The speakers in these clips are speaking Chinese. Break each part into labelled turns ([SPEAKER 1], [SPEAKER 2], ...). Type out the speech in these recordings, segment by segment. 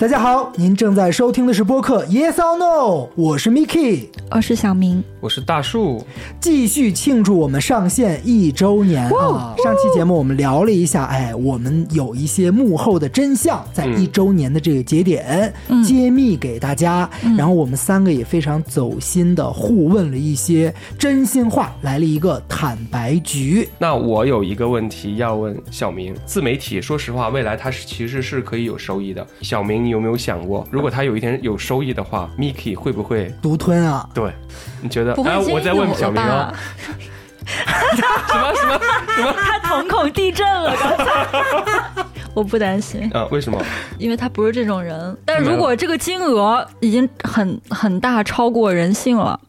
[SPEAKER 1] 大家好，您正在收听的是播客 Yes or No，我是 Miki，
[SPEAKER 2] 我哦是小明，
[SPEAKER 3] 我是大树。
[SPEAKER 1] 继续庆祝我们上线一周年啊！上期节目我们聊了一下，哎，我们有一些幕后的真相，在
[SPEAKER 3] 嗯
[SPEAKER 1] 一周年的这个节点、揭秘给大家。然后我们三个也非常走心的互问了一些真心话，来了一个坦白局。
[SPEAKER 3] 那我有一个问题要问小明，自媒体，说实话，未来它是其实是可以有收益的。小明，你有没有想过，如果他有一天有收益的话，Miki 会不会？
[SPEAKER 1] 独吞啊，
[SPEAKER 3] 对，你觉得？
[SPEAKER 2] 不会
[SPEAKER 3] 哎，
[SPEAKER 2] 介意
[SPEAKER 3] 我在问小明啊， 什么什么什么？
[SPEAKER 2] 他瞳孔地震了，刚才。 我不担心，
[SPEAKER 3] 啊，为什么？
[SPEAKER 2] 因为他不是这种人。但如果这个金额已经很很大，超过人性了，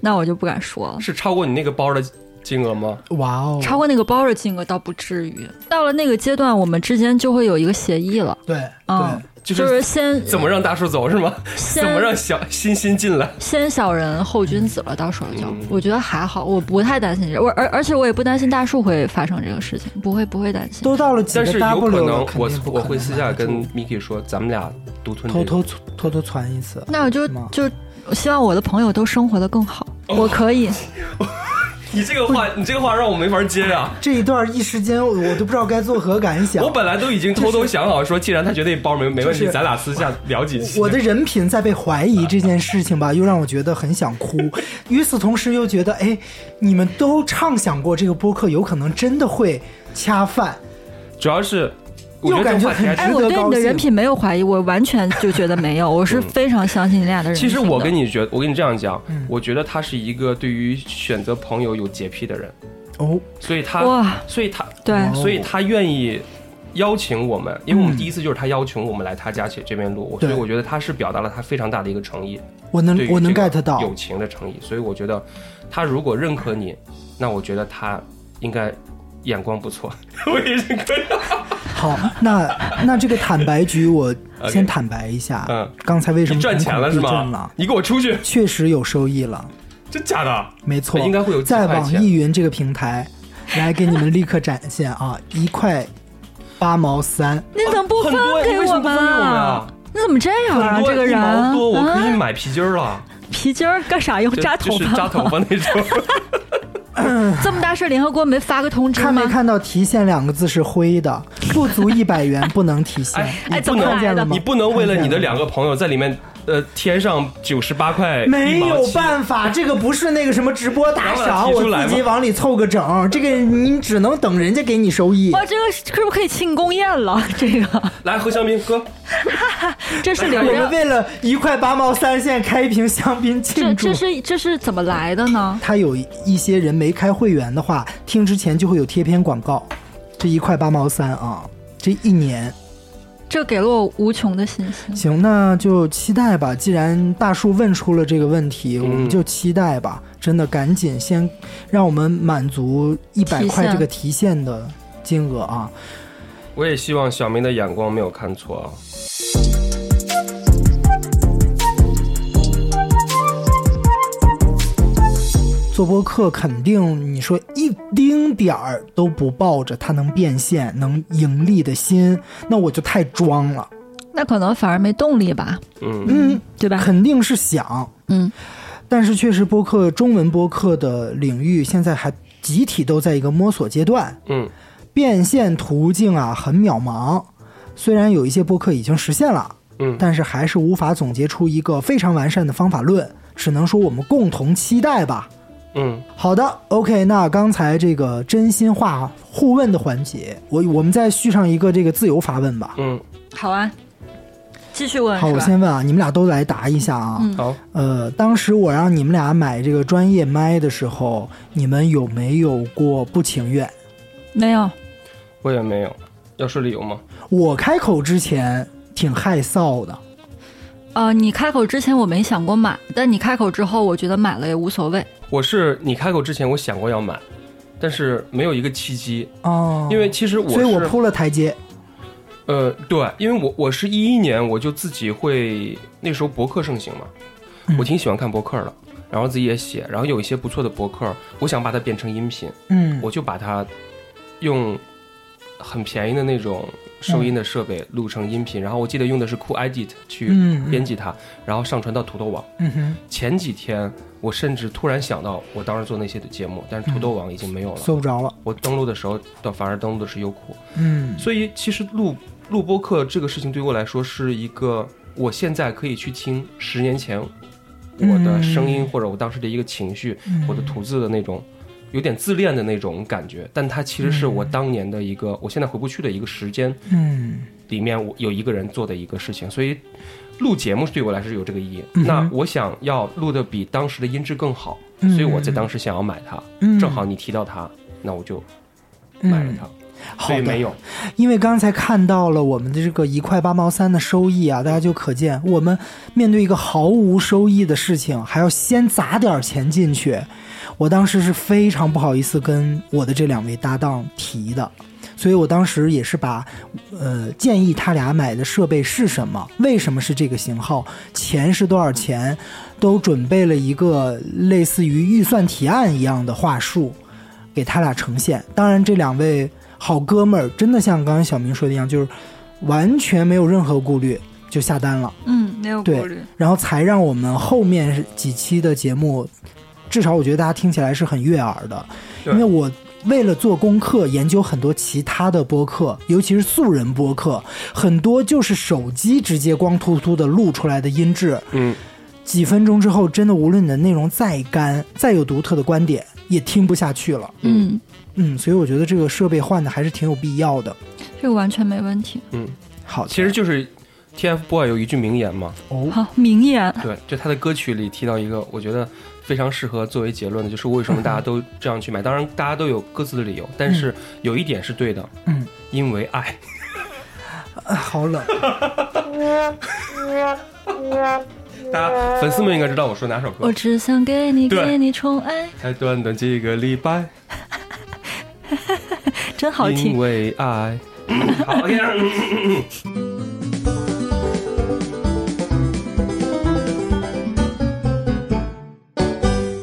[SPEAKER 2] 那我就不敢说了。
[SPEAKER 3] 是超过你那个包的金额吗？
[SPEAKER 1] 哇哦，
[SPEAKER 2] 超过那个包的金额倒不至于，到了那个阶段，我们之间就会有一个协议了，
[SPEAKER 1] 对
[SPEAKER 2] 嗯
[SPEAKER 1] 对，
[SPEAKER 3] 就
[SPEAKER 2] 就是是先
[SPEAKER 3] 怎么让大树走是吗？怎么让
[SPEAKER 2] 先
[SPEAKER 3] 小欣欣进来？
[SPEAKER 2] 先小人后君子了，到手了就
[SPEAKER 3] 嗯，
[SPEAKER 2] 我觉得还好，我不太担心这，我而而且我也不担心大树会发生这个事情，不会不会担心。
[SPEAKER 1] 都到了几
[SPEAKER 3] 但
[SPEAKER 1] 个
[SPEAKER 3] 是
[SPEAKER 1] W
[SPEAKER 3] 有可
[SPEAKER 1] 了
[SPEAKER 3] 能
[SPEAKER 1] 肯
[SPEAKER 3] 我
[SPEAKER 1] 定不可
[SPEAKER 3] 我
[SPEAKER 1] 能
[SPEAKER 3] 会私
[SPEAKER 1] 拦得
[SPEAKER 3] 下
[SPEAKER 1] 住
[SPEAKER 3] 跟 Miki 说，咱们俩独吞这
[SPEAKER 1] 偷
[SPEAKER 3] 个
[SPEAKER 1] 偷偷偷传一次。
[SPEAKER 2] 那我就是
[SPEAKER 1] 吗
[SPEAKER 2] 就希望我的朋友都生活的更好，
[SPEAKER 3] 哦
[SPEAKER 2] 我可 以。
[SPEAKER 3] 你这个话，你这个话让我没法接啊！
[SPEAKER 1] 这一段一时间我都不知道该作何感想
[SPEAKER 3] 我。本来都已经偷偷想好说，既然他觉得那包没没
[SPEAKER 1] 就
[SPEAKER 3] 问题，
[SPEAKER 1] 是
[SPEAKER 3] 咱俩私下聊几期。
[SPEAKER 1] 我的人品在被怀疑这件事情吧，又让我觉得很想哭。与此同时，又觉得哎，你们都畅想过这个播客有可能真的会掐饭，
[SPEAKER 3] 主要是，我觉得这个话题还
[SPEAKER 1] 又感觉很
[SPEAKER 2] 哎，
[SPEAKER 3] 是
[SPEAKER 1] 值得
[SPEAKER 2] 我对
[SPEAKER 1] 高
[SPEAKER 2] 你的
[SPEAKER 1] 兴
[SPEAKER 2] 人品没有怀疑，我完全就觉得 没有，我是非常相信你俩的人
[SPEAKER 3] 其
[SPEAKER 2] 品的。
[SPEAKER 3] 实我跟你觉，我跟你这样讲
[SPEAKER 1] 嗯，
[SPEAKER 3] 我觉得他是一个对于选择朋友有洁癖的人，
[SPEAKER 1] 哦，
[SPEAKER 3] 所以他，
[SPEAKER 2] 哇，
[SPEAKER 3] 所以他，
[SPEAKER 2] 对，
[SPEAKER 1] 哇
[SPEAKER 3] 所以他愿意邀请我们，因为我
[SPEAKER 1] 嗯
[SPEAKER 3] 们第一次就是他邀请我们来他家去这边录，我
[SPEAKER 1] 对
[SPEAKER 3] 所以我觉得他是表达了他非常大的一个诚意，
[SPEAKER 1] 我能
[SPEAKER 3] 对于
[SPEAKER 1] 我能
[SPEAKER 3] 这个
[SPEAKER 1] get 到，
[SPEAKER 3] 友情的诚意，所以我觉得他如果认可你，那我觉得他应该眼光不错， 我也是可以。
[SPEAKER 1] 好，那那这个坦白局我
[SPEAKER 3] OK
[SPEAKER 1] 先坦白一下，
[SPEAKER 3] 嗯
[SPEAKER 1] 刚才为什
[SPEAKER 3] 你
[SPEAKER 1] 么
[SPEAKER 3] 赚钱了
[SPEAKER 1] 瞳
[SPEAKER 3] 是
[SPEAKER 1] 孔地震
[SPEAKER 3] 吗
[SPEAKER 1] 了？
[SPEAKER 3] 你给我出去！
[SPEAKER 1] 确实有收益了，
[SPEAKER 3] 真假的？
[SPEAKER 1] 没错，
[SPEAKER 3] 哎应该会有几
[SPEAKER 1] 在
[SPEAKER 3] 块
[SPEAKER 1] 网
[SPEAKER 3] 钱
[SPEAKER 1] 易云这个平台来给你们立刻展现啊，一块八毛三。
[SPEAKER 2] 你怎么不分
[SPEAKER 3] 很多呀，你
[SPEAKER 2] 给
[SPEAKER 3] 为什么不
[SPEAKER 2] 们
[SPEAKER 3] 分给我们啊？？
[SPEAKER 2] 你怎么这样啊？
[SPEAKER 3] 很多
[SPEAKER 2] 这个
[SPEAKER 3] 一
[SPEAKER 2] 人
[SPEAKER 3] 毛多，我可以
[SPEAKER 2] 啊
[SPEAKER 3] 买皮筋儿了，
[SPEAKER 2] 皮筋儿干啥用？
[SPEAKER 3] 就
[SPEAKER 2] 扎
[SPEAKER 3] 就
[SPEAKER 2] 头
[SPEAKER 3] 是
[SPEAKER 2] 发？
[SPEAKER 3] 扎头发那 种。
[SPEAKER 2] 这么大事，联合国没发个通知
[SPEAKER 1] 看没
[SPEAKER 2] 吗？
[SPEAKER 1] 看到“提现”两个字是灰的， 不足一百元不能提现。
[SPEAKER 3] 哎
[SPEAKER 1] 你
[SPEAKER 2] 哎怎
[SPEAKER 1] 不
[SPEAKER 2] 么
[SPEAKER 1] 能
[SPEAKER 2] 来
[SPEAKER 1] 看见
[SPEAKER 2] 的
[SPEAKER 1] 了吗
[SPEAKER 3] 你？不能为了你的两个朋友在里面呃添上九十八块
[SPEAKER 1] 没
[SPEAKER 3] 一毛
[SPEAKER 1] 有
[SPEAKER 3] 七
[SPEAKER 1] 办法，这个不是那个什么直播打赏，
[SPEAKER 3] 咱 们提
[SPEAKER 1] 我
[SPEAKER 3] 出来吧
[SPEAKER 1] 自己往里凑个整，这个你只能等人家给你收益。
[SPEAKER 2] 哇，这个是不是可以庆功宴了？ 这个
[SPEAKER 3] 来，何香槟喝，
[SPEAKER 2] 这是
[SPEAKER 1] 我
[SPEAKER 2] 留
[SPEAKER 1] 们
[SPEAKER 2] 着，
[SPEAKER 1] 为了一块八毛三，现在开一瓶香槟
[SPEAKER 2] 这
[SPEAKER 1] 庆祝
[SPEAKER 2] 这。是这是怎么来的呢？
[SPEAKER 1] 他有一些人没开会员的话，听之前就会有贴片广告，这一块八毛三啊，这一年。
[SPEAKER 2] 这给了我无穷的信心。
[SPEAKER 1] 行，那就期待吧。既然大树问出了这个问题，我们就期待吧。真的，赶紧先让我们满足一百
[SPEAKER 2] 提
[SPEAKER 1] 块
[SPEAKER 2] 现
[SPEAKER 1] 这个提现的金额啊！
[SPEAKER 3] 我也希望小明的眼光没有看错啊。
[SPEAKER 1] 做播客肯定，你说一丁点儿都不抱着它能变现、能盈利的心，那我就太装了。
[SPEAKER 2] 那可能反而没动力吧，
[SPEAKER 3] 嗯，
[SPEAKER 1] 嗯，
[SPEAKER 2] 对吧？
[SPEAKER 1] 肯定是想，
[SPEAKER 2] 嗯，
[SPEAKER 1] 但是确实播客中文播客的领域现在还集体都在一个摸索阶段。
[SPEAKER 3] 嗯，
[SPEAKER 1] 变现途径啊很渺茫，虽然有一些播客已经实现了，
[SPEAKER 3] 嗯
[SPEAKER 1] 但是还是无法总结出一个非常完善的方法论，只能说我们共同期待吧。
[SPEAKER 3] 嗯，
[SPEAKER 1] 好的，OK，那刚才这个真心话互问的环节，我我们再续上一个这个自由发问吧。
[SPEAKER 3] 嗯，
[SPEAKER 2] 好啊，继续问
[SPEAKER 1] 好，我
[SPEAKER 2] 嗯是吧？
[SPEAKER 1] 先问啊，你们俩都来答一下啊。
[SPEAKER 2] 嗯
[SPEAKER 3] 好，
[SPEAKER 1] 呃，当时我让你们俩买这个专业麦的时候，你们有没有过不情愿？
[SPEAKER 2] 没有，
[SPEAKER 3] 我也没有，要说理由吗？
[SPEAKER 1] 我开口之前挺害臊的，
[SPEAKER 2] 呃，你开口之前我没想过买，但你开口之后，我觉得买了也无所谓。
[SPEAKER 3] 我是你开口之前我想过要买，但是没有一个契机，
[SPEAKER 1] 哦，
[SPEAKER 3] 因为其实我
[SPEAKER 1] 所以我
[SPEAKER 3] 是
[SPEAKER 1] 铺了台阶。
[SPEAKER 3] 呃，对，因为我我是一一年我就自己会，那时候博客盛行嘛，
[SPEAKER 1] 嗯
[SPEAKER 3] 我挺喜欢看博客的，然后自己也写，然后有一些不错的博客，我想把它变成音频，
[SPEAKER 1] 嗯，
[SPEAKER 3] 我就把它用很便宜的那种收音的设备录成音频，然后我记得用的是酷 Edit 去
[SPEAKER 1] 嗯嗯
[SPEAKER 3] 编辑它，然后上传到土豆网。
[SPEAKER 1] 嗯哼，
[SPEAKER 3] 前几天我甚至突然想到，我当时做那些的节目，但是土
[SPEAKER 1] 嗯
[SPEAKER 3] 豆网已经没有了。
[SPEAKER 1] 搜不着了。
[SPEAKER 3] 我登录的时候，倒反而登录的是优酷。
[SPEAKER 1] 嗯
[SPEAKER 3] 所以其实录录播课这个事情对我来说是一个，我现在可以去听十年前我的声音、或者我当时的一个情绪、
[SPEAKER 1] 嗯
[SPEAKER 3] 我的吐字的那种。有点自恋的那种感觉，但它其实是我当年的一个，我现在回不去的一个时间
[SPEAKER 1] 嗯
[SPEAKER 3] 里面，我有一个人做的一个事情，所以录节目对我来说有这个意义。
[SPEAKER 1] 嗯哼
[SPEAKER 3] 那我想要录的比当时的音质更好，
[SPEAKER 1] 嗯
[SPEAKER 3] 所以我在当时想要买它，
[SPEAKER 1] 嗯
[SPEAKER 3] 正好你提到它，那我就买了它。所
[SPEAKER 1] 嗯好
[SPEAKER 3] 以没
[SPEAKER 1] 的，
[SPEAKER 3] 有，
[SPEAKER 1] 因为刚才看到了我们的这个一块八毛三的收益啊，大家就可见我们面对一个毫无收益的事情，还要先砸点钱进去。我当时是非常不好意思跟我的这两位搭档提的，所以我当时也是把，呃，建议他俩买的设备是什么，为什么是这个型号，钱是多少钱，都准备了一个类似于预算提案一样的话术，给他俩呈现。当然，这两位好哥们儿真的像刚刚小明说的一样，就是完全没有任何顾虑就下单了。
[SPEAKER 2] 嗯，没有顾
[SPEAKER 1] 对
[SPEAKER 2] 虑。
[SPEAKER 1] 然后才让我们后面几期的节目，至少我觉得大家听起来是很悦耳的，
[SPEAKER 3] 对
[SPEAKER 1] 因为我。为了做功课，研究很多其他的播客，尤其是素人播客，很多就是手机直接光秃秃的录出来的音质，
[SPEAKER 3] 嗯，
[SPEAKER 1] 几分钟之后，真的无论你的内容再干，再有独特的观点，也听不下去了。
[SPEAKER 2] 嗯，
[SPEAKER 1] 嗯，所以我觉得这个设备换的还是挺有必要的。
[SPEAKER 2] 这个完全没问题。
[SPEAKER 3] 嗯
[SPEAKER 1] 好的，
[SPEAKER 3] 其实就是 TFBOY 有一句名言嘛，
[SPEAKER 1] 哦，
[SPEAKER 2] 好，名言。
[SPEAKER 3] 对，就他的歌曲里提到一个，我觉得非常适合作为结论的，就是为什么大家都这样去买。当然，大家都有各自的理由，但
[SPEAKER 2] 嗯
[SPEAKER 3] 是有一点是对的，
[SPEAKER 1] 嗯，
[SPEAKER 3] 因为爱。
[SPEAKER 1] 啊 好冷。
[SPEAKER 3] 大家粉丝们应该知道我说哪首歌
[SPEAKER 2] 我。只想给你
[SPEAKER 3] 对
[SPEAKER 2] 给你宠爱，
[SPEAKER 3] 才短短几个礼拜，
[SPEAKER 2] 真好
[SPEAKER 3] 因
[SPEAKER 2] 听。
[SPEAKER 3] 为 爱。好，OK，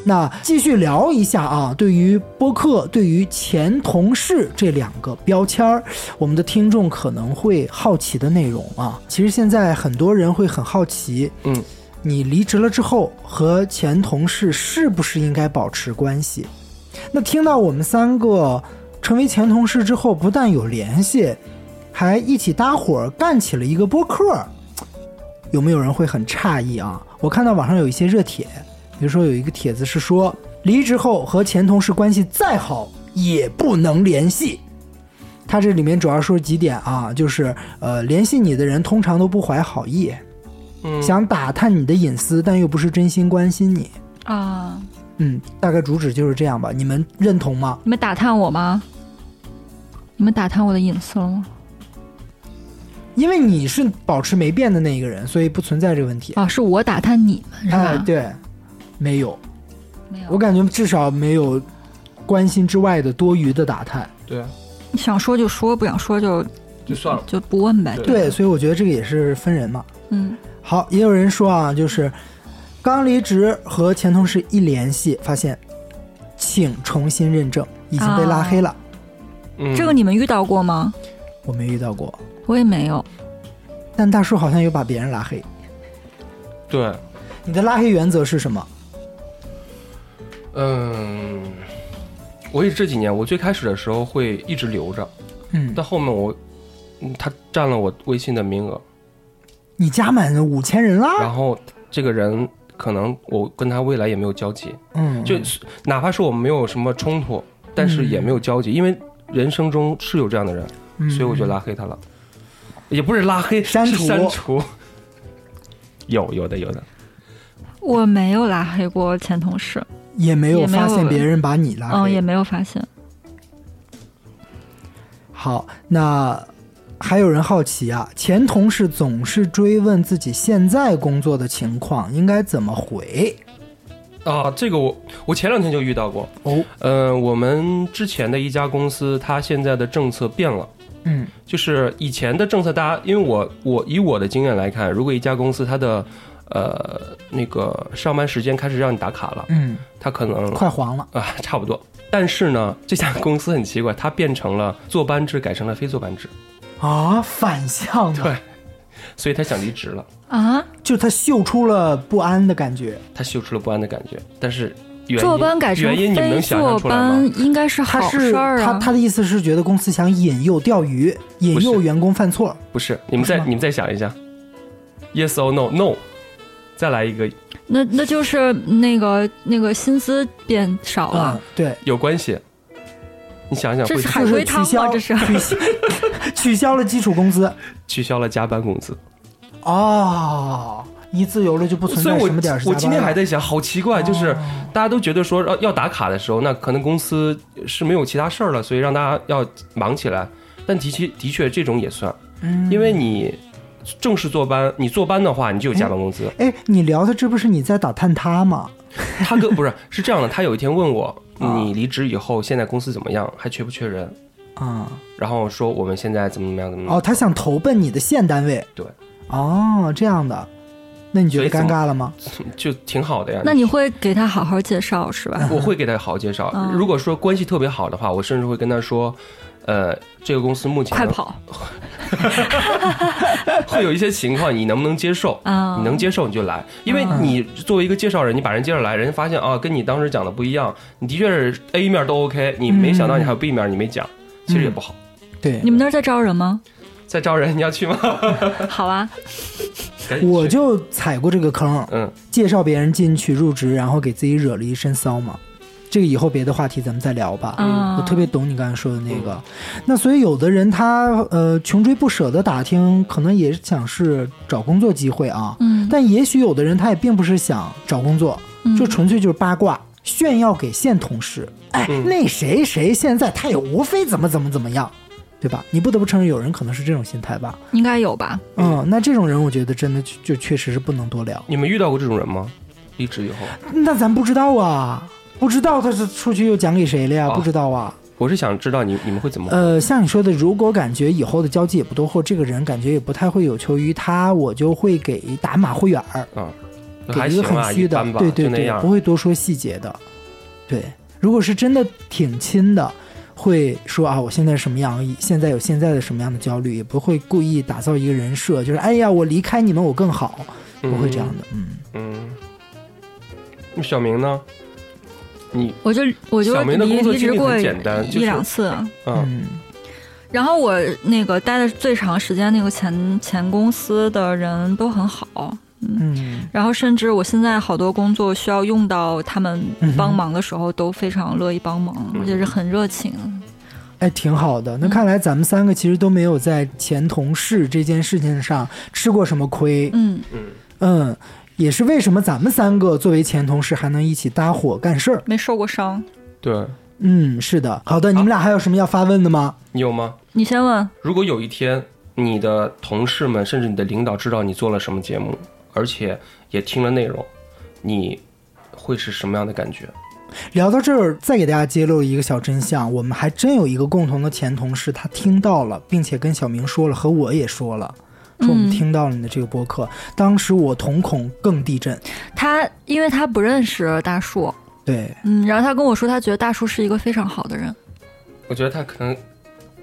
[SPEAKER 1] 那继续聊一下啊，对于播客、对于前同事这两个标签儿，我们的听众可能会好奇的内容啊，其实现在很多人会很好奇，
[SPEAKER 3] 嗯，
[SPEAKER 1] 你离职了之后和前同事是不是应该保持关系？那听到我们三个成为前同事之后，不但有联系，还一起搭伙儿干起了一个播客儿。有没有人会很诧异啊？我看到网上有一些热帖，比如说有一个帖子是说，离职后和前同事关系再好也不能联系。他这里面主要说几点啊，就是呃，联系你的人通常都不怀好意，
[SPEAKER 3] 嗯，
[SPEAKER 1] 想打探你的隐私，但又不是真心关心你。
[SPEAKER 2] 啊！
[SPEAKER 1] 嗯，大概主旨就是这样吧，你们认同吗？
[SPEAKER 2] 你们打探我吗？你们打探我的隐私了吗？
[SPEAKER 1] 因为你是保持没变的那一个人，所以不存在这个问题。
[SPEAKER 2] 啊，是我打探你们是吧？
[SPEAKER 1] 哎，对，没有，
[SPEAKER 2] 没有。
[SPEAKER 1] 我感觉至少没有关心之外的多余的打探。
[SPEAKER 3] 对啊，
[SPEAKER 2] 你想说就说，不想说就
[SPEAKER 3] 就算了。
[SPEAKER 2] 就不问呗。
[SPEAKER 3] 哦对
[SPEAKER 1] 对，所以我觉得这个也是分人嘛。
[SPEAKER 2] 嗯，
[SPEAKER 1] 好，也有人说啊，就是刚离职和前同事一联系，发现请重新认证，已经被拉黑
[SPEAKER 2] 啊
[SPEAKER 1] 了。
[SPEAKER 3] 嗯，
[SPEAKER 2] 这个你们遇到过吗？
[SPEAKER 1] 我没遇到过，
[SPEAKER 2] 我也没有。
[SPEAKER 1] 但大叔好像有把别人拉黑。
[SPEAKER 3] 嗯对，
[SPEAKER 1] 你的拉黑原则是什么？
[SPEAKER 3] 嗯，我也这几年，我最开始的时候会一直留着，
[SPEAKER 1] 嗯，
[SPEAKER 3] 但后面我，嗯他占了我微信的名额，
[SPEAKER 1] 你加满五千人啦。
[SPEAKER 3] 然后这个人可能我跟他未来也没有交集，
[SPEAKER 1] 嗯，
[SPEAKER 3] 就哪怕是我们没有什么冲突，但是也没有交集，因为人生中是有这样的人，
[SPEAKER 1] 嗯
[SPEAKER 3] 所以我就拉黑他了，也不是拉黑，
[SPEAKER 1] 删除
[SPEAKER 3] 是删除。有有的有的，
[SPEAKER 2] 我没有拉黑过前同事，
[SPEAKER 1] 也没有发现别人把你拉
[SPEAKER 2] 嗯，
[SPEAKER 1] 黑。
[SPEAKER 2] 也没有发现。
[SPEAKER 1] 好，那还有人好奇啊，前同事总是追问自己现在工作的情况，应该怎么回？
[SPEAKER 3] 啊，这个我我前两天就遇到过，
[SPEAKER 1] 哦，
[SPEAKER 3] 呃，我们之前的一家公司，它现在的政策变了。
[SPEAKER 1] 嗯
[SPEAKER 3] 就是以前的政策，大家因为我我以我的经验来看，如果一家公司它的呃那个上班时间开始让你打卡了，
[SPEAKER 1] 嗯，
[SPEAKER 3] 它可能
[SPEAKER 1] 快黄了。
[SPEAKER 3] 啊差不多但是呢，这家公司很奇怪，它变成了坐班制改成了非坐班制，
[SPEAKER 1] 啊，反向的，
[SPEAKER 3] 对，所以他想离职了，
[SPEAKER 2] 啊，
[SPEAKER 1] 就他嗅出了不安的感觉，
[SPEAKER 3] 他嗅出了不安的感觉。但是原因
[SPEAKER 2] 坐班改成
[SPEAKER 3] 原因你们
[SPEAKER 2] 非
[SPEAKER 3] 能想象
[SPEAKER 2] 坐
[SPEAKER 3] 出来吗
[SPEAKER 2] 班？应该是
[SPEAKER 1] 他
[SPEAKER 2] 好
[SPEAKER 1] 是
[SPEAKER 2] 事儿
[SPEAKER 1] 他
[SPEAKER 2] 啊。
[SPEAKER 1] 他的意思是觉得公司想引诱钓鱼，引
[SPEAKER 3] 不是
[SPEAKER 1] 诱员工犯错，
[SPEAKER 3] 不是，你们再
[SPEAKER 1] 是吗
[SPEAKER 3] 你们再想一下，yes or no no，再来一个
[SPEAKER 2] 那那就是那个那个薪资变少
[SPEAKER 1] 啊
[SPEAKER 2] 了，，
[SPEAKER 1] 对，
[SPEAKER 3] 有关系，你想想
[SPEAKER 2] 这
[SPEAKER 3] 会
[SPEAKER 2] 是海
[SPEAKER 1] 就是
[SPEAKER 2] 龟
[SPEAKER 1] 取
[SPEAKER 2] 汤吗？
[SPEAKER 1] 消
[SPEAKER 2] 这是
[SPEAKER 1] 取消取消了基础工资
[SPEAKER 3] 取消了加班工资。
[SPEAKER 1] 哦，一自由了就不存
[SPEAKER 3] 所以
[SPEAKER 1] 在
[SPEAKER 3] 我
[SPEAKER 1] 什么点儿是加
[SPEAKER 3] 我
[SPEAKER 1] 班
[SPEAKER 3] 今天
[SPEAKER 1] 了
[SPEAKER 3] 还在想，好奇怪，
[SPEAKER 1] 哦
[SPEAKER 3] 就是大家都觉得说要要打卡的时候，那可能公司是没有其他事儿了，所以让大家要忙起来。但的确的确这种也算，
[SPEAKER 1] 嗯
[SPEAKER 3] 因为你正式坐班，你坐班的话，你就有加班工资。
[SPEAKER 1] 哎，你聊的这不是你在打探他吗？
[SPEAKER 3] 他跟不是是这样的，他有一天问我，
[SPEAKER 1] 啊
[SPEAKER 3] 你离职以后现在公司怎么样，还缺不缺人？
[SPEAKER 1] 啊、
[SPEAKER 3] 然后说我们现在怎么怎么样怎么样
[SPEAKER 1] 哦，。他想投奔你的县单位。
[SPEAKER 3] 嗯对。
[SPEAKER 1] 哦，这样的，那你觉得
[SPEAKER 3] 所以
[SPEAKER 1] 尴
[SPEAKER 3] 怎么
[SPEAKER 1] 尬了吗？
[SPEAKER 3] 就挺好的呀。
[SPEAKER 2] 那你会给他好好介绍是吧？
[SPEAKER 3] 我会给他好好介绍
[SPEAKER 2] 啊。
[SPEAKER 3] 如果说关系特别好的话，我甚至会跟他说，呃，这个公司目前
[SPEAKER 2] 快跑
[SPEAKER 3] 会有一些情况，你能不能接受？
[SPEAKER 1] 嗯
[SPEAKER 2] 啊！
[SPEAKER 3] 嗯你能接受你就来，因为你作为一个介绍人，你把人介绍来，人家发现啊，跟你当时讲的不一样，你的确是 A 面都 OK，你没
[SPEAKER 1] 嗯
[SPEAKER 3] 想到你还有 B 面，你没讲，其实也不好。
[SPEAKER 1] 对
[SPEAKER 2] 你，们那儿在招人吗？
[SPEAKER 3] 再招人，你 要去吗？
[SPEAKER 2] 好 啊，
[SPEAKER 3] 赶紧
[SPEAKER 1] 我
[SPEAKER 3] 去
[SPEAKER 1] 就踩过这个坑，
[SPEAKER 3] 嗯，
[SPEAKER 1] 介绍别人进去入职，然后给自己惹了一身骚嘛。这个以后别的话题咱们再聊吧。
[SPEAKER 2] 嗯
[SPEAKER 1] 我特别懂你刚才说的那个。那所以有的人他呃穷追不舍的打听，可能也想是找工作机会啊。
[SPEAKER 2] 嗯
[SPEAKER 1] 但也许有的人他也并不是想找工作，
[SPEAKER 2] 嗯
[SPEAKER 1] 就纯粹就是八卦炫耀给现同事。哎，那谁谁现在他也无非怎么怎么怎么样，对吧？你不得不承认，有人可能是这种心态吧。
[SPEAKER 2] 应该有吧？
[SPEAKER 1] 嗯，那这种人我觉得真的就就确实是不能多聊。
[SPEAKER 3] 你们遇到过这种人吗？离职以后，
[SPEAKER 1] 那咱不知道啊，不知道他是出去又讲给谁了呀？
[SPEAKER 3] 啊
[SPEAKER 1] 不知道啊。
[SPEAKER 3] 我是想知道你你们会怎么
[SPEAKER 1] 呃，像你说的，如果感觉以后的交际也不多，或这个人感觉也不太会有求于他，我就会给打马虎眼儿，
[SPEAKER 3] 啊？还
[SPEAKER 1] 给呃一
[SPEAKER 3] 行
[SPEAKER 1] 个很
[SPEAKER 3] 啊，一
[SPEAKER 1] 虚的，
[SPEAKER 3] 般吧，
[SPEAKER 1] 对
[SPEAKER 3] 就
[SPEAKER 1] 对
[SPEAKER 3] 那
[SPEAKER 1] 对，
[SPEAKER 3] 样
[SPEAKER 1] 不。会多说细节的。对，如果是真的挺亲的，会说啊，我现在什么样，现在有现在的什么样的焦虑，也不会故意打造一个人设，就是哎呀，我离开你们我更好，不会这样的。嗯，
[SPEAKER 3] 嗯，那小明呢？你
[SPEAKER 2] 我就我就
[SPEAKER 3] 小明的
[SPEAKER 2] 离
[SPEAKER 3] 工作
[SPEAKER 2] 离
[SPEAKER 3] 经
[SPEAKER 2] 职
[SPEAKER 3] 历
[SPEAKER 2] 过
[SPEAKER 3] 很
[SPEAKER 2] 一
[SPEAKER 3] 简单，就是
[SPEAKER 2] 一两次，
[SPEAKER 3] 啊，
[SPEAKER 1] 嗯
[SPEAKER 2] 然后我那个待的最长时间那个前前公司的人都很好，
[SPEAKER 1] 嗯
[SPEAKER 2] 然后甚至我现在好多工作需要用到他们
[SPEAKER 1] 嗯哼
[SPEAKER 2] 帮忙的时候，都非常乐意帮忙，而且是很热情。
[SPEAKER 1] 哎，挺好的。那看来咱们三个其实都没有在前同事这件事情上吃过什么亏。
[SPEAKER 2] 嗯，
[SPEAKER 1] 嗯，也是为什么咱们三个作为前同事还能一起搭伙干事儿。
[SPEAKER 2] 没受过伤。
[SPEAKER 3] 对
[SPEAKER 1] 嗯，是的。好的，你们俩还有什么要发问的吗？
[SPEAKER 3] 你有吗？
[SPEAKER 2] 你先问，
[SPEAKER 3] 如果有一天你的同事们甚至你的领导知道你做了什么节目，而且也听了内容，你会是什么样的感觉？
[SPEAKER 1] 聊到这儿，再给大家揭露一个小真相，我们还真有一个共同的前同事，他听到了，并且跟小明说了，和我也说了。说我们
[SPEAKER 2] 嗯
[SPEAKER 1] 听到了你的这个播客，当时我瞳孔更地震。
[SPEAKER 2] 他因为他不认识大树，
[SPEAKER 1] 对，
[SPEAKER 2] 嗯，然后他跟我说，他觉得大树是一个非常好的人。
[SPEAKER 3] 我觉得他可能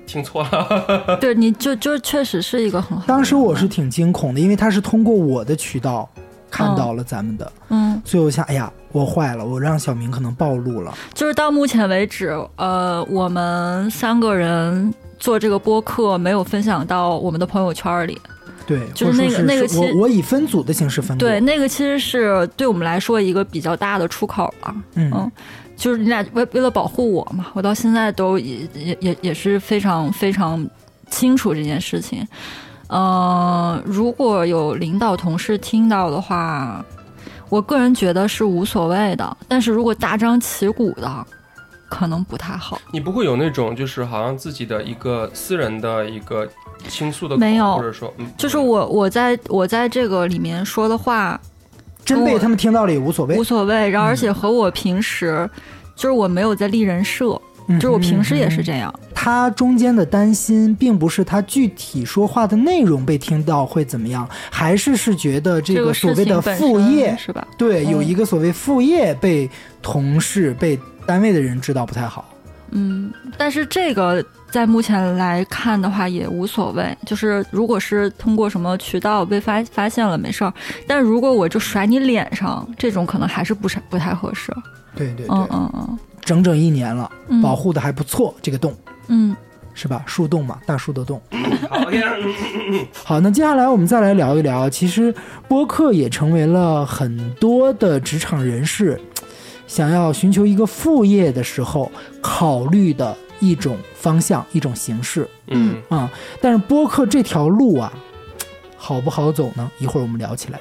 [SPEAKER 3] 听错 了，
[SPEAKER 2] 对，你就就确实是一个很好的人。
[SPEAKER 1] 当时我是挺惊恐的，因为他是通过我的渠道看到了咱们的，
[SPEAKER 2] 嗯，
[SPEAKER 1] 所以我想，哎呀，我坏了，我让小明可能暴露了。
[SPEAKER 2] 就是到目前为止，呃，我们三个人做这个播客没有分享到我们的朋友圈里。
[SPEAKER 1] 对，
[SPEAKER 2] 就是
[SPEAKER 1] 或者
[SPEAKER 2] 那
[SPEAKER 1] 说
[SPEAKER 2] 个那个
[SPEAKER 1] 是我
[SPEAKER 2] 其
[SPEAKER 1] 我以分组的形式分过。
[SPEAKER 2] 对，，那个其实是对我们来说一个比较大的出口了。
[SPEAKER 1] 嗯
[SPEAKER 2] 嗯就是你俩为为了保护我嘛，我到现在都也也也也是非常非常清楚这件事情。呃，如果有领导同事听到的话，我个人觉得是无所谓的。但是如果大张旗鼓的，可能不太好。
[SPEAKER 3] 你不会有那种就是好像自己的一个私人的一个倾诉的口
[SPEAKER 2] 没有
[SPEAKER 3] 或者说嗯，
[SPEAKER 2] 就是我我在我在这个里面说的话
[SPEAKER 1] 真被他们听到了也无所谓
[SPEAKER 2] 无。所谓，然后
[SPEAKER 1] 嗯
[SPEAKER 2] 而且和我平时、就是我没有在立人设，
[SPEAKER 1] 嗯
[SPEAKER 2] 就是我平时也是这样。
[SPEAKER 1] 他中间的担心，并不是他具体说话的内容被听到会怎么样，还是是觉得这
[SPEAKER 2] 这
[SPEAKER 1] 个
[SPEAKER 2] 个
[SPEAKER 1] 所
[SPEAKER 2] 事
[SPEAKER 1] 谓
[SPEAKER 2] 情
[SPEAKER 1] 的
[SPEAKER 2] 本
[SPEAKER 1] 副
[SPEAKER 2] 身嗯
[SPEAKER 1] 业，
[SPEAKER 2] 是吧？
[SPEAKER 1] 对，
[SPEAKER 2] 嗯
[SPEAKER 1] 有一个所谓副业被同事被单位的人知道不太好。
[SPEAKER 2] 嗯，但是这个在目前来看的话也无所谓，就是如果是通过什么渠道被发发现了没事儿，但如果我就甩你脸上，这种可能还是不是不太合适。
[SPEAKER 1] 对对对，
[SPEAKER 2] 嗯嗯嗯
[SPEAKER 1] 整整一年了，
[SPEAKER 2] 嗯
[SPEAKER 1] 保护的还不错，这个洞
[SPEAKER 2] 嗯，
[SPEAKER 1] 是吧？树洞嘛，大树的洞。
[SPEAKER 3] 好呀，
[SPEAKER 1] 好，那接下来我们再来聊一聊，其实播客也成为了很多的职场人士想要寻求一个副业的时候考虑的一种方向、一种形式
[SPEAKER 3] 嗯，
[SPEAKER 1] 啊、但是播客这条路啊，好不好走呢？一会儿我们聊起来。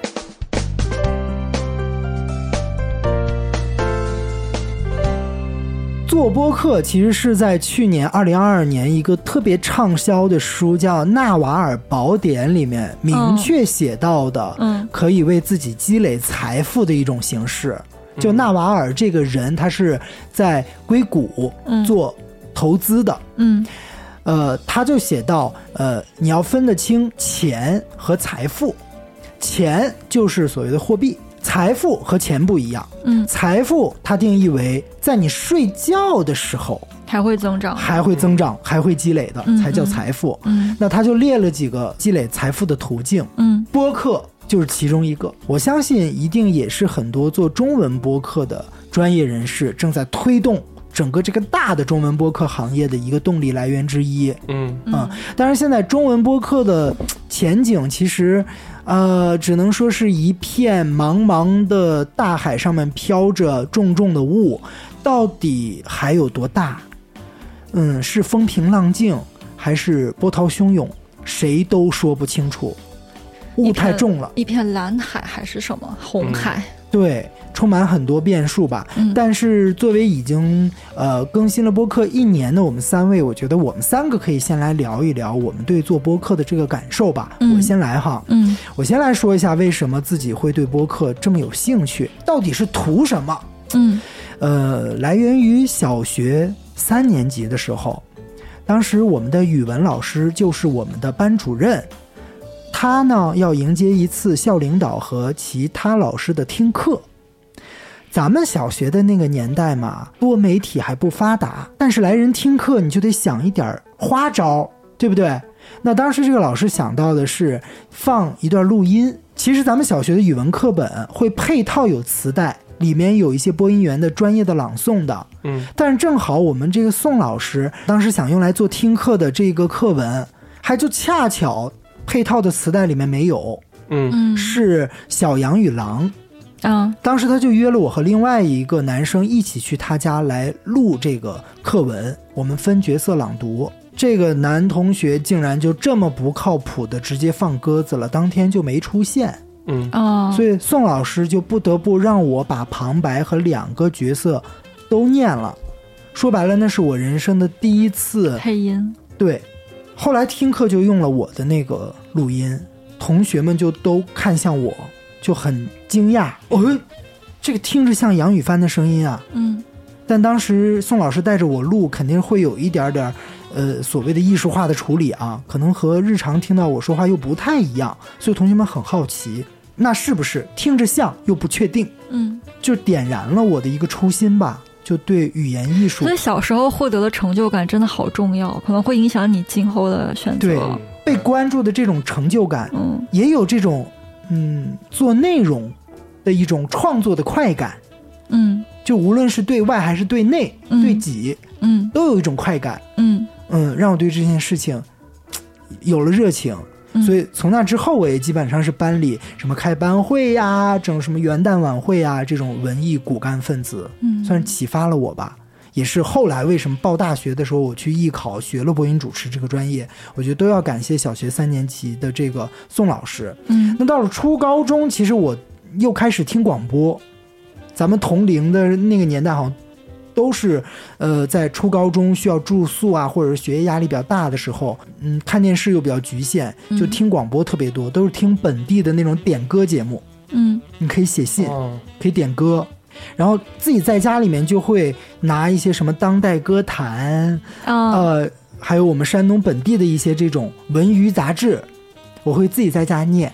[SPEAKER 1] 做播客其实是在去年二零二二年一个特别畅销的书叫《纳瓦尔宝典》里面明确写到的，
[SPEAKER 2] 嗯嗯
[SPEAKER 1] 可以为自己积累财富的一种形式。就纳瓦尔这个人，他是在硅谷
[SPEAKER 2] 嗯
[SPEAKER 1] 做投资的，
[SPEAKER 2] 嗯
[SPEAKER 1] 呃，他就写到，呃，你要分得清钱和财富，钱就是所谓的货币，财富和钱不一样。
[SPEAKER 2] 嗯，
[SPEAKER 1] 财富它定义为在你睡觉的时候
[SPEAKER 2] 还会增长。
[SPEAKER 1] 还会增长、还会积累的，
[SPEAKER 2] 嗯
[SPEAKER 1] 才叫财富。
[SPEAKER 2] 嗯
[SPEAKER 1] 那他就列了几个积累财富的途径，
[SPEAKER 2] 嗯
[SPEAKER 1] 播客就是其中一个。我相信一定也是很多做中文播客的专业人士正在推动整个这个大的中文播客行业的一个动力来源之一。
[SPEAKER 3] 嗯，
[SPEAKER 1] 嗯，当然现在中文播客的前景其实，呃，只能说是一片茫茫的大海上面飘着重重的雾，到底还有多大？嗯，是风平浪静还是波涛汹涌？谁都说不清楚。雾太重了，
[SPEAKER 2] 一片蓝海还是什么
[SPEAKER 1] 嗯
[SPEAKER 2] 红海？
[SPEAKER 1] 对，充满很多变数吧。
[SPEAKER 2] 嗯
[SPEAKER 1] 但是作为已经呃更新了播客一年的我们三位，我觉得我们三个可以先来聊一聊我们对做播客的这个感受吧。
[SPEAKER 2] 嗯
[SPEAKER 1] 我先来哈，
[SPEAKER 2] 嗯
[SPEAKER 1] 我先来说一下为什么自己会对播客这么有兴趣，到底是图什么？
[SPEAKER 2] 嗯
[SPEAKER 1] 呃，来源于小学三年级的时候，当时我们的语文老师就是我们的班主任，他呢要迎接一次校领导和其他老师的听课。咱们小学的那个年代嘛，多媒体还不发达，但是来人听课你就得想一点儿花招，对不对？那当时这个老师想到的是放一段录音。其实咱们小学的语文课本会配套有磁带，里面有一些播音员的专业的朗诵的。
[SPEAKER 3] 嗯，
[SPEAKER 1] 但是正好我们这个宋老师当时想用来做听课的这个课文，还就恰巧配套的磁带里面没有，
[SPEAKER 3] 嗯，
[SPEAKER 2] 嗯
[SPEAKER 1] 是《小羊与狼》。
[SPEAKER 2] 嗯
[SPEAKER 1] 当时他就约了我和另外一个男生一起去他家来录这个课文，我们分角色朗读。这个男同学竟然就这么不靠谱的直接放鸽子了，当天就没出现，
[SPEAKER 3] 嗯，
[SPEAKER 2] 哦，
[SPEAKER 1] 所以宋老师就不得不让我把旁白和两个角色都念了。说白了，那是我人生的第一次
[SPEAKER 2] 配音。
[SPEAKER 1] 对，后来听课就用了我的那个录音，同学们就都看向我，就很惊讶。哦，这个听着像杨宇帆的声音啊！
[SPEAKER 2] 嗯
[SPEAKER 1] 但当时宋老师带着我录，肯定会有一点点儿，呃，所谓的艺术化的处理啊，可能和日常听到我说话又不太一样，所以同学们很好奇，那是不是听着像又不确定，
[SPEAKER 2] 嗯，
[SPEAKER 1] 就点燃了我的一个初心吧，就对语言艺术
[SPEAKER 2] 所以小时候获得的成就感真的好重要，可能会影响你今后的选
[SPEAKER 1] 对
[SPEAKER 2] 择。
[SPEAKER 1] 被关注的这种成就感
[SPEAKER 2] 嗯
[SPEAKER 1] 也有这种嗯做内容的一种创作的快感，
[SPEAKER 2] 嗯
[SPEAKER 1] 就无论是对外还是对内，
[SPEAKER 2] 嗯
[SPEAKER 1] 对己
[SPEAKER 2] 嗯
[SPEAKER 1] 都有一种快感。
[SPEAKER 2] 嗯
[SPEAKER 1] 嗯，让我对这件事情嘖有了热情。
[SPEAKER 2] 嗯
[SPEAKER 1] 所以从那之后，我也基本上是班里什么开班会呀、整什么元旦晚会呀、这种文艺骨干分子，
[SPEAKER 2] 嗯
[SPEAKER 1] 算是启发了我吧。也是后来为什么报大学的时候，我去艺考学了播音主持这个专业，我觉得都要感谢小学三年级的这个宋老师。
[SPEAKER 2] 嗯
[SPEAKER 1] 那到了初高中，其实我又开始听广播。咱们同龄的那个年代，好像都是呃，在初高中需要住宿啊，或者是学业压力比较大的时候，嗯，看电视又比较局限，就
[SPEAKER 2] 嗯
[SPEAKER 1] 听广播特别多，都是听本地的那种点歌节目。
[SPEAKER 2] 嗯
[SPEAKER 1] 你可以写信，
[SPEAKER 3] 哦
[SPEAKER 1] 可以点歌，然后自己在家里面就会拿一些什么当代歌坛，
[SPEAKER 2] 啊
[SPEAKER 1] 呃，还有我们山东本地的一些这种文娱杂志，我会自己在家念。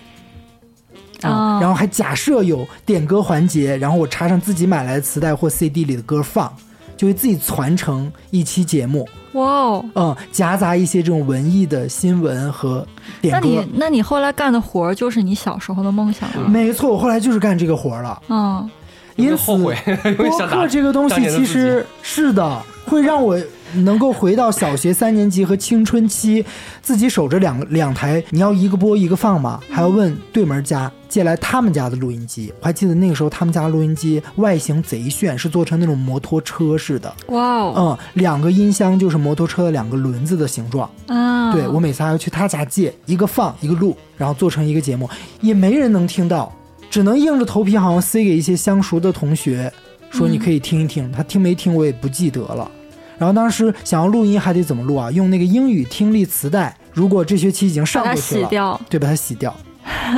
[SPEAKER 2] 啊，
[SPEAKER 1] 然后还假设有点歌环节，然后我插上自己买来的磁带或 CD 里的歌放，就会自己传承一期节目，
[SPEAKER 2] 哇哦！
[SPEAKER 1] 嗯，夹杂一些这种文艺的新闻和
[SPEAKER 2] 那
[SPEAKER 1] 点歌
[SPEAKER 2] 你。那你后来干的活儿就是你小时候的梦想了，
[SPEAKER 1] 没错，我后来就是干这个活儿了。
[SPEAKER 2] 嗯，
[SPEAKER 3] 有没
[SPEAKER 1] 因
[SPEAKER 3] 有
[SPEAKER 1] 此，
[SPEAKER 3] 后悔， 有没有
[SPEAKER 1] 播
[SPEAKER 3] 想打
[SPEAKER 1] 客这个东
[SPEAKER 3] 当
[SPEAKER 1] 西
[SPEAKER 3] 年的
[SPEAKER 1] 其
[SPEAKER 3] 自己
[SPEAKER 1] 实是的，会让我能够回到小学三年级和青春期，自己守着两两台，你要一个播一个放嘛，还要问对门家借来他们家的录音机。我还记得那个时候他们家录音机外形贼炫，是做成那种摩托车似的，
[SPEAKER 2] 哇哦，
[SPEAKER 1] 嗯，两个音箱就是摩托车的两个轮子的形状。
[SPEAKER 2] 嗯，
[SPEAKER 1] 呃对我每次还要去他家借一个放一个录，然后做成一个节目，也没人能听到，只能硬着头皮好像塞给一些相熟的同学，说你可以听一听，他听没听我也不记得了。然后当时想要录音还得怎么录啊？用那个英语听力磁带，如果这学期已经上
[SPEAKER 2] 把它
[SPEAKER 1] 过去
[SPEAKER 2] 洗
[SPEAKER 1] 了，
[SPEAKER 2] 掉，
[SPEAKER 1] 对，把它洗掉。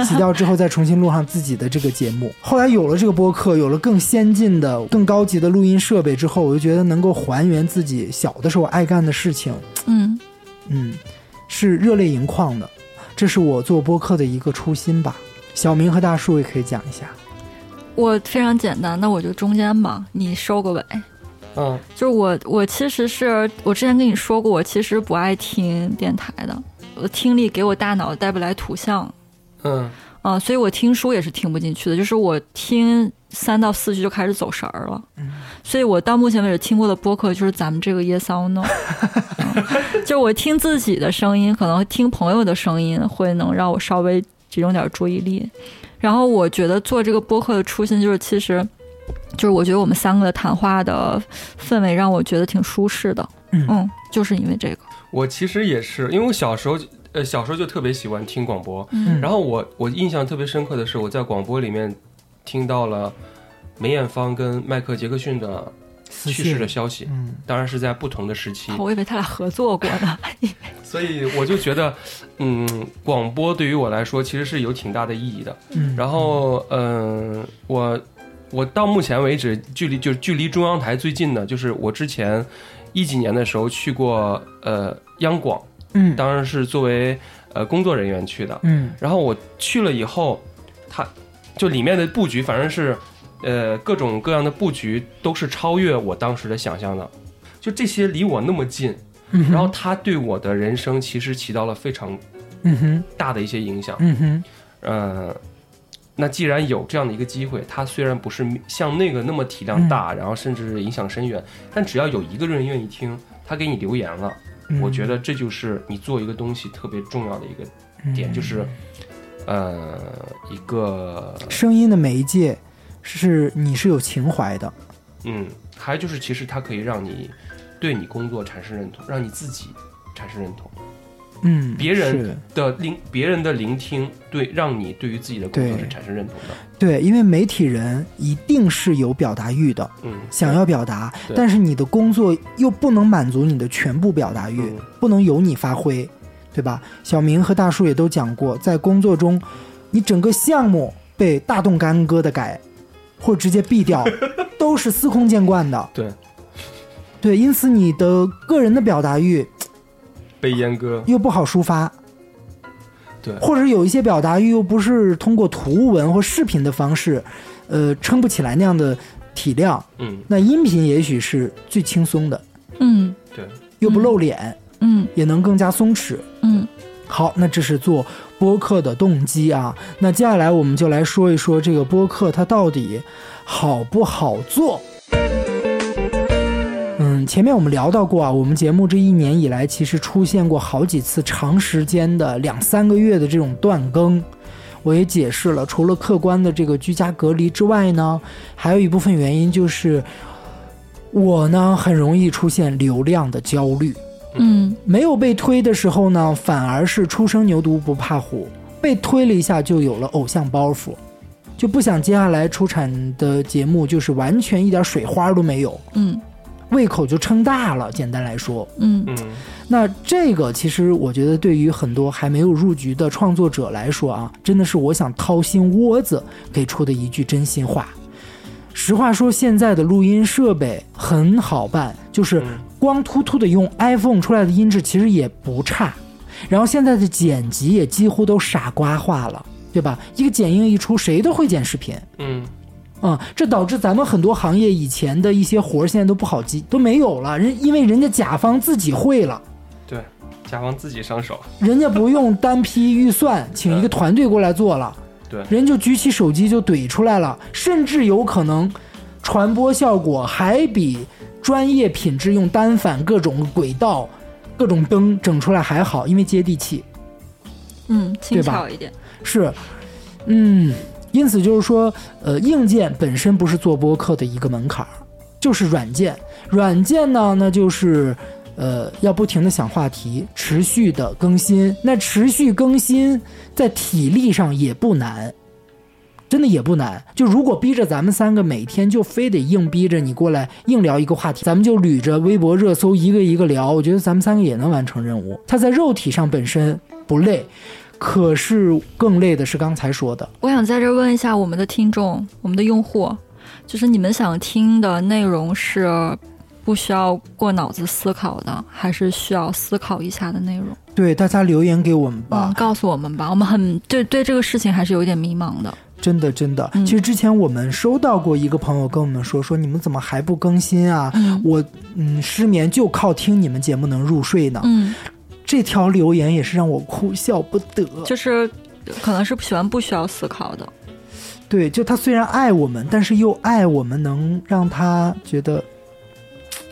[SPEAKER 1] 洗掉之后再重新录上自己的这个节目。后来有了这个播客，有了更先进的、更高级的录音设备之后，我就觉得能够还原自己小的时候爱干的事情，
[SPEAKER 2] 嗯，
[SPEAKER 1] 嗯，是热泪盈眶的，这是我做播客的一个初心吧。小明和大树也可以讲一下，
[SPEAKER 2] 我非常简单，那我就中间嘛，你收个尾。
[SPEAKER 3] 嗯，
[SPEAKER 2] 就是我，我其实是我之前跟你说过，我其实不爱听电台的，我的听力给我大脑带不来图像
[SPEAKER 3] 嗯
[SPEAKER 2] 啊、所以我听书也是听不进去的，就是我听三到四句就开始走神儿了。所以我到目前为止听过的播客就是咱们这个 Yes or No，、嗯、就我听自己的声音，可能听朋友的声音会能让我稍微集中点注意力。然后我觉得做这个播客的初心就是，其实就是我觉得我们三个的谈话的氛围让我觉得挺舒适的，
[SPEAKER 1] 嗯
[SPEAKER 2] 就是因为这个，
[SPEAKER 3] 我其实也是，因为我小时候就呃小时候就特别喜欢听广播，
[SPEAKER 1] 嗯
[SPEAKER 3] 然后我我印象特别深刻的是，我在广播里面听到了梅艳芳跟迈克尔·杰克逊的
[SPEAKER 1] 私
[SPEAKER 3] 去
[SPEAKER 1] 信
[SPEAKER 3] 世的消息，
[SPEAKER 1] 嗯，哦
[SPEAKER 3] 当然是在不同的时期，
[SPEAKER 2] 啊我以为他俩合作过呢，
[SPEAKER 3] 所以我就觉得，嗯，广播对于我来说其实是有挺大的意义的。
[SPEAKER 1] 嗯
[SPEAKER 3] 然后，嗯、我我到目前为止，距离就是距离中央台最近的，就是我之前一几年的时候去过呃央广，
[SPEAKER 1] 嗯
[SPEAKER 3] 当然是作为呃工作人员去的。
[SPEAKER 1] 嗯
[SPEAKER 3] 然后我去了以后，它就里面的布局，反正是呃各种各样的布局都是超越我当时的想象的。就这些离我那么近，
[SPEAKER 1] 嗯哼，
[SPEAKER 3] 然后它对我的人生其实起到了非常
[SPEAKER 1] 嗯哼
[SPEAKER 3] 大的一些影响。
[SPEAKER 1] 嗯哼
[SPEAKER 3] 呃，那既然有这样的一个机会，它虽然不是像那个那么体量大，
[SPEAKER 1] 嗯
[SPEAKER 3] 然后甚至影响深远，但只要有一个人愿意听，他给你留言了，
[SPEAKER 1] 嗯，
[SPEAKER 3] 我觉得这就是你做一个东西特别重要的一个点
[SPEAKER 1] 嗯
[SPEAKER 3] 就是，呃，一个，
[SPEAKER 1] 嗯声音的媒介是你是有情怀的，
[SPEAKER 3] 嗯，还有就是，其实它可以让你对你工作产生认同，让你自己产生认同
[SPEAKER 1] 嗯，
[SPEAKER 3] 别人
[SPEAKER 1] 是
[SPEAKER 3] 的聆，别人的聆听，对，让你对于自己的工作
[SPEAKER 1] 对
[SPEAKER 3] 是产生认同的，
[SPEAKER 1] 对，因为媒体人一定是有表达欲的，
[SPEAKER 3] 嗯，
[SPEAKER 1] 想要表达，
[SPEAKER 3] 对
[SPEAKER 1] 但是你的工作又不能满足你的全部表达欲，
[SPEAKER 3] 嗯
[SPEAKER 1] 不能由你发挥，对吧？小明和大叔也都讲过，在工作中，你整个项目被大动干戈的改，或者直接毙 掉，都是司空见惯的。
[SPEAKER 3] 对，
[SPEAKER 1] 对，因此你的个人的表达欲
[SPEAKER 3] 被阉割，
[SPEAKER 1] 又不好抒发，
[SPEAKER 3] 对
[SPEAKER 1] 或者有一些表达欲又不是通过图文或视频的方式，呃，撑不起来那样的体量。
[SPEAKER 3] 嗯，
[SPEAKER 1] 那音频也许是最轻松的，
[SPEAKER 2] 嗯
[SPEAKER 3] 对，
[SPEAKER 1] 又不露脸，
[SPEAKER 2] 嗯
[SPEAKER 1] 也能更加松弛。
[SPEAKER 2] 嗯
[SPEAKER 1] 好，那这是做播客的动机啊。那接下来我们就来说一说这个播客它到底好不好做。嗯，前面我们聊到过啊，我们节目这一年以来其实出现过好几次长时间的两三个月的这种断更。我也解释了，除了客观的这个居家隔离之外呢，还有一部分原因就是我呢很容易出现流量的焦虑。
[SPEAKER 2] 嗯
[SPEAKER 1] 没有被推的时候呢，反而是初生牛犊不怕虎，被推了一下就有了偶像包袱，就不想接下来出产的节目就是完全一点水花都没有，
[SPEAKER 2] 嗯
[SPEAKER 1] 胃口就撑大了。简单来说，
[SPEAKER 2] 嗯
[SPEAKER 3] 嗯，
[SPEAKER 1] 那这个其实我觉得对于很多还没有入局的创作者来说啊，真的是我想掏心窝子给出的一句真心话。实话说，现在的录音设备很好办，就是
[SPEAKER 3] 嗯
[SPEAKER 1] 光秃秃的用 iPhone 出来的音质其实也不差，然后现在的剪辑也几乎都傻瓜化了，对吧？一个剪映一出，谁都会剪视频。
[SPEAKER 3] 嗯，
[SPEAKER 1] 啊、这导致咱们很多行业以前的一些活儿现在都不好接，都没有了。人因为人家甲方自己会了，
[SPEAKER 3] 对，甲方自己上手，
[SPEAKER 1] 人家不用单批预算，请一个团队过来做了，
[SPEAKER 3] 对
[SPEAKER 1] 人就举起手机就怼出来了，甚至有可能传播效果还比专业品质用单反各种轨道、各种灯整出来还好，因为接地气。
[SPEAKER 2] 嗯，轻
[SPEAKER 1] 对吧
[SPEAKER 2] 巧一点，
[SPEAKER 1] 是，嗯，因此就是说，呃，硬件本身不是做播客的一个门槛儿，就是软件。软件呢，那就是呃，要不停的想话题，持续的更新。那持续更新在体力上也不难。真的也不难，就如果逼着咱们三个每天就非得硬逼着你过来硬聊一个话题，咱们就捋着微博热搜一个一个聊，我觉得咱们三个也能完成任务。它在肉体上本身不累，可是更累的是刚才说的，
[SPEAKER 2] 我想在这问一下我们的听众，我们的用户，就是你们想听的内容是不需要过脑子思考的，还是需要思考一下的内容？
[SPEAKER 1] 对大家留言给我们吧
[SPEAKER 2] 嗯，，告诉我们吧，我们很对对这个事情还是有点迷茫的。
[SPEAKER 1] 真的真的。
[SPEAKER 2] 嗯
[SPEAKER 1] 其实之前我们收到过一个朋友跟我们说，说你们怎么还不更新啊？
[SPEAKER 2] 嗯
[SPEAKER 1] 我嗯失眠就靠听你们节目能入睡呢。
[SPEAKER 2] 嗯，
[SPEAKER 1] 这条留言也是让我哭笑不得。
[SPEAKER 2] 就是呃可能是喜欢不需要思考的。
[SPEAKER 1] 对，就他虽然爱我们，但是又爱我们能让他觉得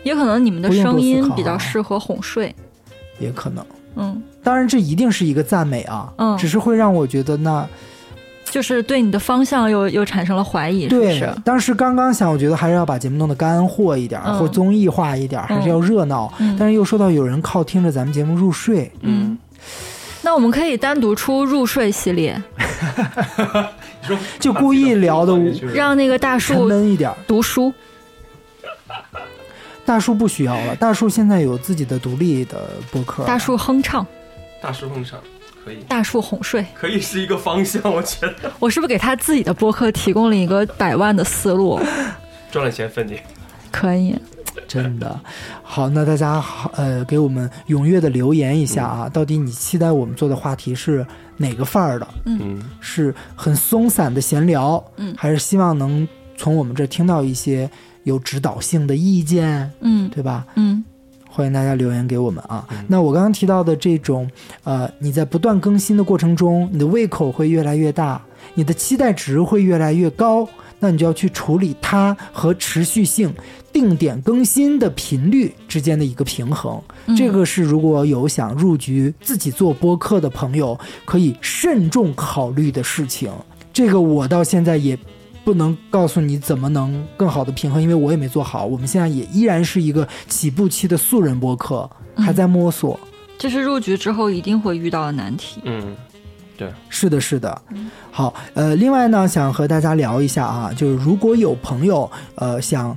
[SPEAKER 2] 也可能你们的
[SPEAKER 1] 不用
[SPEAKER 2] 声
[SPEAKER 1] 多思
[SPEAKER 2] 音
[SPEAKER 1] 考
[SPEAKER 2] 比较
[SPEAKER 1] 啊
[SPEAKER 2] 适合哄睡。
[SPEAKER 1] 也可能。
[SPEAKER 2] 嗯，
[SPEAKER 1] 当然，这一定是一个赞美啊，
[SPEAKER 2] 嗯
[SPEAKER 1] 只是会让我觉得那
[SPEAKER 2] 就是对你的方向又又产生了怀疑，是不
[SPEAKER 1] 对
[SPEAKER 2] 是？
[SPEAKER 1] 当时刚刚想，我觉得还是要把节目弄得干货一点儿，
[SPEAKER 2] 嗯
[SPEAKER 1] 或综艺化一点儿，还是要热闹。
[SPEAKER 2] 嗯
[SPEAKER 1] 但是又说到有人靠听着咱们节目入睡，
[SPEAKER 2] 嗯，那我们可以单独出入睡系列，
[SPEAKER 3] 你说
[SPEAKER 1] 就故意聊的
[SPEAKER 2] 让那啊个大
[SPEAKER 1] 沉
[SPEAKER 2] 树
[SPEAKER 1] 闷一点儿。
[SPEAKER 2] 读书。
[SPEAKER 1] 大叔不需要了，大叔现在有自己的独立的播客。
[SPEAKER 3] 啊
[SPEAKER 2] 大树哼唱，
[SPEAKER 3] 大师碰上，可以
[SPEAKER 2] 大树哄睡。
[SPEAKER 3] 可以是一个方向，我觉得
[SPEAKER 2] 我是不是给他自己的播客提供了一个百万的思路？
[SPEAKER 3] 赚了钱分你。
[SPEAKER 2] 可以，
[SPEAKER 1] 真的好，那大家好，呃，给我们踊跃的留言一下
[SPEAKER 2] 嗯
[SPEAKER 1] 啊，到底你期待我们做的话题是哪个范儿的？
[SPEAKER 3] 嗯，
[SPEAKER 1] 是很松散的闲聊，
[SPEAKER 2] 嗯
[SPEAKER 1] 还是希望能从我们这儿听到一些有指导性的意见，
[SPEAKER 2] 嗯
[SPEAKER 1] 对吧？
[SPEAKER 2] 嗯
[SPEAKER 1] 欢迎大家留言给我们啊。
[SPEAKER 3] 嗯
[SPEAKER 1] 那我刚刚提到的这种，呃，你在不断更新的过程中，你的胃口会越来越大，你的期待值会越来越高，那你就要去处理它和持续性、定点更新的频率之间的一个平衡。
[SPEAKER 2] 嗯
[SPEAKER 1] 这个是如果有想入局自己做播客的朋友，可以慎重考虑的事情。这个我到现在也不能告诉你怎么能更好的平衡，因为我也没做好。我们现在也依然是一个起步期的素人播客，还在摸索。
[SPEAKER 2] 这是入局之后一定会遇到的难题。
[SPEAKER 3] 嗯，
[SPEAKER 1] 是的，是的。好，呃，另外呢，想和大家聊一下啊，就是如果有朋友呃想。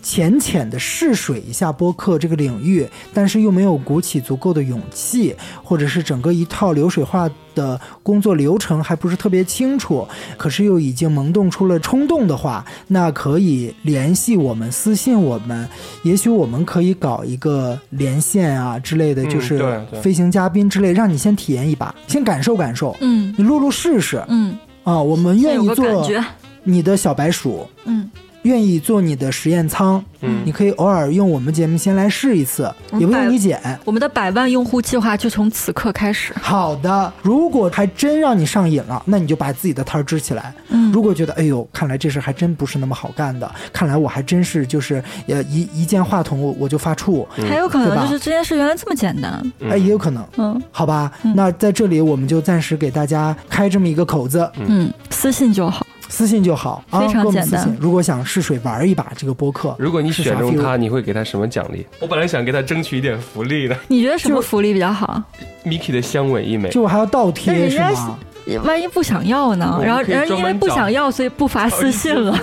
[SPEAKER 1] 浅浅的试水一下播客这个领域，但是又没有鼓起足够的勇气，或者是整个一套流水化的工作流程还不是特别清楚，可是又已经萌动出了冲动的话，那可以联系我们，私信我们，也许我们可以搞一个连线啊之类的，
[SPEAKER 3] 嗯
[SPEAKER 1] 就是
[SPEAKER 3] 对对
[SPEAKER 1] 飞行嘉宾之类，让你先体验一把，先感受感受。
[SPEAKER 2] 嗯
[SPEAKER 1] 你录录试试
[SPEAKER 2] 嗯，
[SPEAKER 1] 啊！我们
[SPEAKER 2] 先
[SPEAKER 1] 愿
[SPEAKER 2] 有
[SPEAKER 1] 意
[SPEAKER 2] 个感
[SPEAKER 1] 做
[SPEAKER 2] 觉。
[SPEAKER 1] 你的小白鼠，
[SPEAKER 2] 嗯，
[SPEAKER 1] 愿意做你的实验舱。
[SPEAKER 3] 嗯
[SPEAKER 1] 你可以偶尔用我们节目先来试一次，
[SPEAKER 2] 嗯
[SPEAKER 1] 也不
[SPEAKER 2] 百
[SPEAKER 1] 用你剪。
[SPEAKER 2] 我们的百万用户计划就从此刻开始。
[SPEAKER 1] 好的，如果还真让你上瘾了，那你就把自己的摊儿支起来。
[SPEAKER 2] 嗯
[SPEAKER 1] 如果觉得哎呦，看来这事还真不是那么好干的，看来我还真是就是呃一一见话筒我我就发怵，
[SPEAKER 2] 还有可
[SPEAKER 1] 对
[SPEAKER 2] 能
[SPEAKER 1] 吧
[SPEAKER 2] 就是这件事原来这么简单。
[SPEAKER 3] 嗯
[SPEAKER 1] 哎也有可能，
[SPEAKER 2] 嗯
[SPEAKER 1] 好吧？
[SPEAKER 2] 嗯
[SPEAKER 1] 那在这里我们就暂时给大家开这么一个口子，
[SPEAKER 2] 嗯，私信就好。
[SPEAKER 1] 私信就好啊，
[SPEAKER 2] 非常
[SPEAKER 1] 给我们
[SPEAKER 2] 简单
[SPEAKER 1] 私信如果想试水玩一把这个播客，
[SPEAKER 3] 如果你
[SPEAKER 1] 是啥
[SPEAKER 3] 选中
[SPEAKER 1] feel？
[SPEAKER 3] 他，你会给他什么奖励？我本来想给他争取一点福利的
[SPEAKER 2] 你觉得什么福利比较好？
[SPEAKER 3] ，Miki 的香吻一枚。
[SPEAKER 1] 就我还要倒贴
[SPEAKER 2] 但人
[SPEAKER 1] 是
[SPEAKER 2] 家
[SPEAKER 1] 吗？
[SPEAKER 2] 万一不想要呢
[SPEAKER 3] 我？们
[SPEAKER 2] 然后，
[SPEAKER 3] 可以
[SPEAKER 2] 然后
[SPEAKER 3] 专
[SPEAKER 2] 因为
[SPEAKER 3] 门
[SPEAKER 2] 不
[SPEAKER 3] 找
[SPEAKER 2] 想要，所以不发私信了。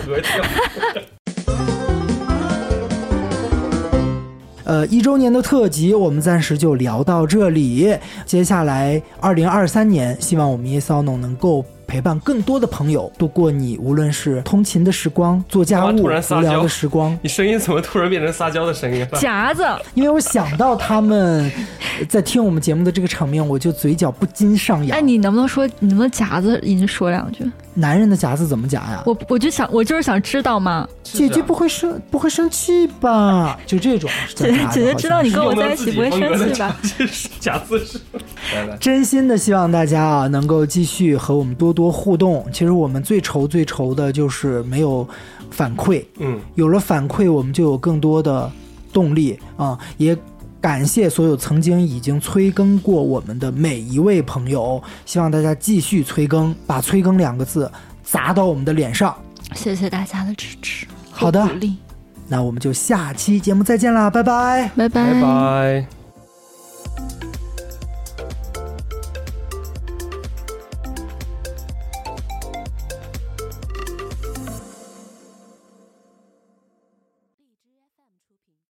[SPEAKER 1] 呃，一周年的特辑我们暂时就聊到这里。接下来，二零二三年，希望我们耶骚农能够陪伴更多的朋友度过你无论是通勤的时光、做家
[SPEAKER 3] 干嘛
[SPEAKER 1] 务、
[SPEAKER 3] 突然撒
[SPEAKER 1] 无聊
[SPEAKER 3] 娇
[SPEAKER 1] 的时光，
[SPEAKER 3] 你声音怎么突然变成撒娇的声音了？
[SPEAKER 2] 夹子，
[SPEAKER 1] 因为我想到他们在听我们节目的这个场面，我就嘴角不禁上扬。
[SPEAKER 2] 哎哎，你能不能说，你能不能夹子已经说两句？
[SPEAKER 1] 男人的夹子怎么夹呀？
[SPEAKER 2] 我我就想，我就是想知 道嘛。
[SPEAKER 3] 是啊
[SPEAKER 1] 姐
[SPEAKER 3] 这
[SPEAKER 1] 姐
[SPEAKER 3] 样
[SPEAKER 1] 不会生不会生气吧？就这种
[SPEAKER 2] 姐姐姐姐知道你跟我在一起不会生气吧？
[SPEAKER 3] 这 是假姿势。来来，
[SPEAKER 1] 真心的希望大家啊，能够继续和我们多多互动。其实我们最愁最愁的就是没有反馈，
[SPEAKER 3] 嗯，
[SPEAKER 1] 有了反馈，我们就有更多的动力啊！也感谢所有曾经已经催更过我们的每一位朋友，希望大家继续催更，把“催更”两个字砸到我们的脸上。
[SPEAKER 2] 谢谢大家的支持，
[SPEAKER 1] 好的
[SPEAKER 2] 和鼓励，
[SPEAKER 1] 那我们就下期节目再见啦，拜拜。
[SPEAKER 2] 拜
[SPEAKER 3] 拜拜。